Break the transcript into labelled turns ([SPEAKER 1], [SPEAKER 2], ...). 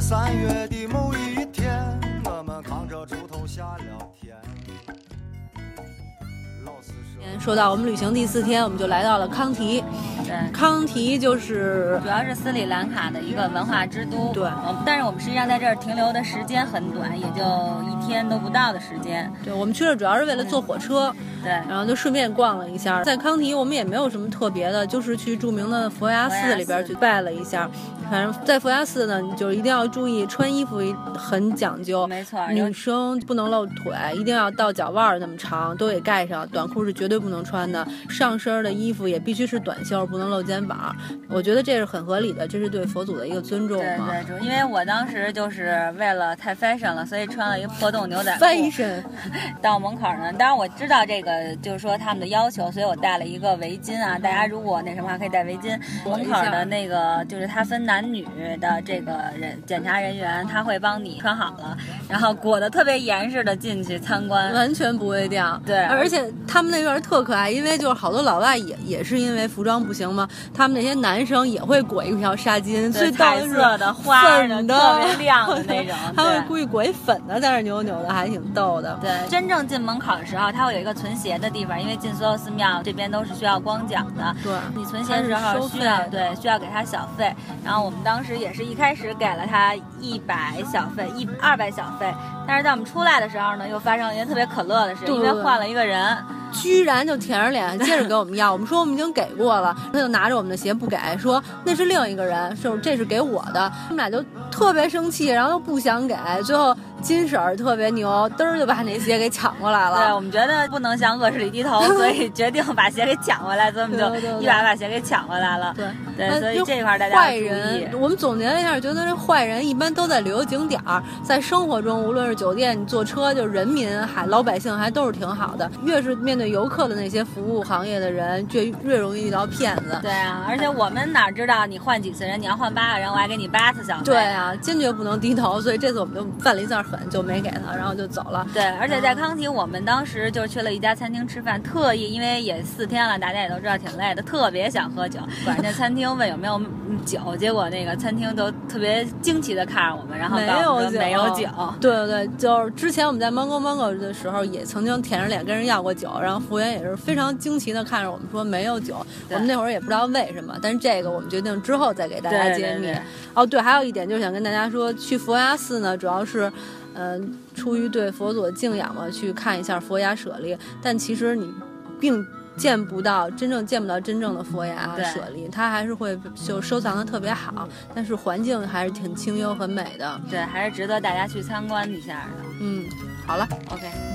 [SPEAKER 1] 三月的某一天，我们扛着锄头下了田。老师
[SPEAKER 2] 说到我们旅行第四天，我们就来到了康提。
[SPEAKER 3] 对，
[SPEAKER 2] 康提就是
[SPEAKER 3] 主要是斯里兰卡的一个文化之都。
[SPEAKER 2] 对
[SPEAKER 3] 嗯但是我们实际上在这儿停留的时间很短，也就一天都不到的时间。
[SPEAKER 2] 对，我们去了主要是为了坐火车，
[SPEAKER 3] 对，
[SPEAKER 2] 然后就顺便逛了一下。在康提我们也没有什么特别的，就是去著名的佛牙寺里边去拜了一下。反正，在佛牙寺呢，你就是一定要注意穿衣服很讲究，
[SPEAKER 3] 没错，有
[SPEAKER 2] 女生不能露腿，一定要到脚腕儿那么长，都给盖上。短裤是绝对不能穿的，上身的衣服也必须是短袖，不能露肩膀。我觉得这是很合理的，这是对佛祖的一个尊重
[SPEAKER 3] 对
[SPEAKER 2] 嘛。
[SPEAKER 3] 对，主因为我当时就是为了太 fashion 了，所以穿了一破洞牛仔裤。
[SPEAKER 2] Fashion，
[SPEAKER 3] 到门口呢，当然我知道这个就是说他们的要求，所以我带了一个围巾啊。大家如果那什么话可以带围巾。
[SPEAKER 2] 我
[SPEAKER 3] 门
[SPEAKER 2] 一
[SPEAKER 3] 口
[SPEAKER 2] 下
[SPEAKER 3] 的那个就是他分男女的这个人检查人员，他会帮你穿好了，然后裹得特别严实的进去参观。
[SPEAKER 2] 完全不会掉。
[SPEAKER 3] 嗯对
[SPEAKER 2] 而且他们那边儿特可爱，因为就是好多老外也也是因为服装不行嘛，他们那些男生也会裹一条纱巾，
[SPEAKER 3] 对
[SPEAKER 2] 最
[SPEAKER 3] 彩色的、花儿的、
[SPEAKER 2] 粉的
[SPEAKER 3] 特别亮的那
[SPEAKER 2] ，
[SPEAKER 3] 种
[SPEAKER 2] 他会
[SPEAKER 3] 对
[SPEAKER 2] 故意裹一粉的，在那儿扭扭的，还挺逗的。
[SPEAKER 3] 对，真正进门口的时候，它会有一个存鞋的地方，因为进所有寺庙这边都是需要光脚的。
[SPEAKER 2] 对
[SPEAKER 3] 你存鞋的时
[SPEAKER 2] 它是收
[SPEAKER 3] 候
[SPEAKER 2] 费
[SPEAKER 3] 需要对需要给他小费，然后我们当时也是一开始给了他一百小费，一二百小费，但是在我们出来的时候呢，又发生了一件特别可乐的事，
[SPEAKER 2] 对
[SPEAKER 3] 因为换了一个人，
[SPEAKER 2] 居然就舔着脸接着给我们要，我们说我们已经给过了，他就拿着我们的鞋不给，说那是另一个人，是这是给我的，他们俩就特别生气，然后又不想给，最后金婶儿特别牛，嘚儿就把那鞋给抢过来
[SPEAKER 3] 对
[SPEAKER 2] 了
[SPEAKER 3] 我。们觉得不能向恶势力 低头，所以决定把鞋给抢回来，所以我们
[SPEAKER 2] 对对
[SPEAKER 3] 就
[SPEAKER 2] 对
[SPEAKER 3] 一把把鞋给抢回来了。
[SPEAKER 2] 对
[SPEAKER 3] 对，所以
[SPEAKER 2] 就
[SPEAKER 3] 这一块大家要
[SPEAKER 2] 坏
[SPEAKER 3] 注意
[SPEAKER 2] 人，。我们总结了一下，觉得这坏人一般都在旅游景点儿，在生活中，无论是酒店、你坐车，就是人民还老百姓还都是挺好的。越是面对游客的那些服务行业的人，越越容易遇到骗 子。
[SPEAKER 3] 对啊，而且我们哪知道你换几次人？你要换八个人，我还给你八次小费。
[SPEAKER 2] 对啊，坚决不能低头，所以这次我们就犯了一次狠，就没给他，然后就走了。
[SPEAKER 3] 对，而且在
[SPEAKER 2] 嗯
[SPEAKER 3] 康提，我们当时就去了一家餐厅吃饭，特意因为也四天了，大家也都知道挺累的，特别想喝酒。管人家餐厅问有没有嗯酒，结果那个餐厅都特别惊奇的看着我们，然后
[SPEAKER 2] 没
[SPEAKER 3] 告诉我
[SPEAKER 2] 有
[SPEAKER 3] 们
[SPEAKER 2] 酒，
[SPEAKER 3] 没有酒。
[SPEAKER 2] 对对对，就是之前我们在 Mango Mango 的时候，也曾经舔着脸跟人要过酒，然后服务员也是非常惊奇的看着我们说没有酒。
[SPEAKER 3] 对
[SPEAKER 2] 我们那会儿也不知道为什么，但是这个我们决定之后再给大
[SPEAKER 3] 对
[SPEAKER 2] 家
[SPEAKER 3] 对
[SPEAKER 2] 揭秘。
[SPEAKER 3] 对
[SPEAKER 2] 哦，对，还有一点就是想跟大家说，去佛牙寺呢，主要是，嗯、出于对佛祖的敬仰嘛，去看一下佛牙舍利。但其实你并见不到真正见不到真正的佛牙
[SPEAKER 3] 对
[SPEAKER 2] 舍利，它还是会就收藏的特别好，但是环境还是挺清幽很美的。
[SPEAKER 3] 对，还是值得大家去参观一下的。
[SPEAKER 2] 嗯，好了。
[SPEAKER 3] OK。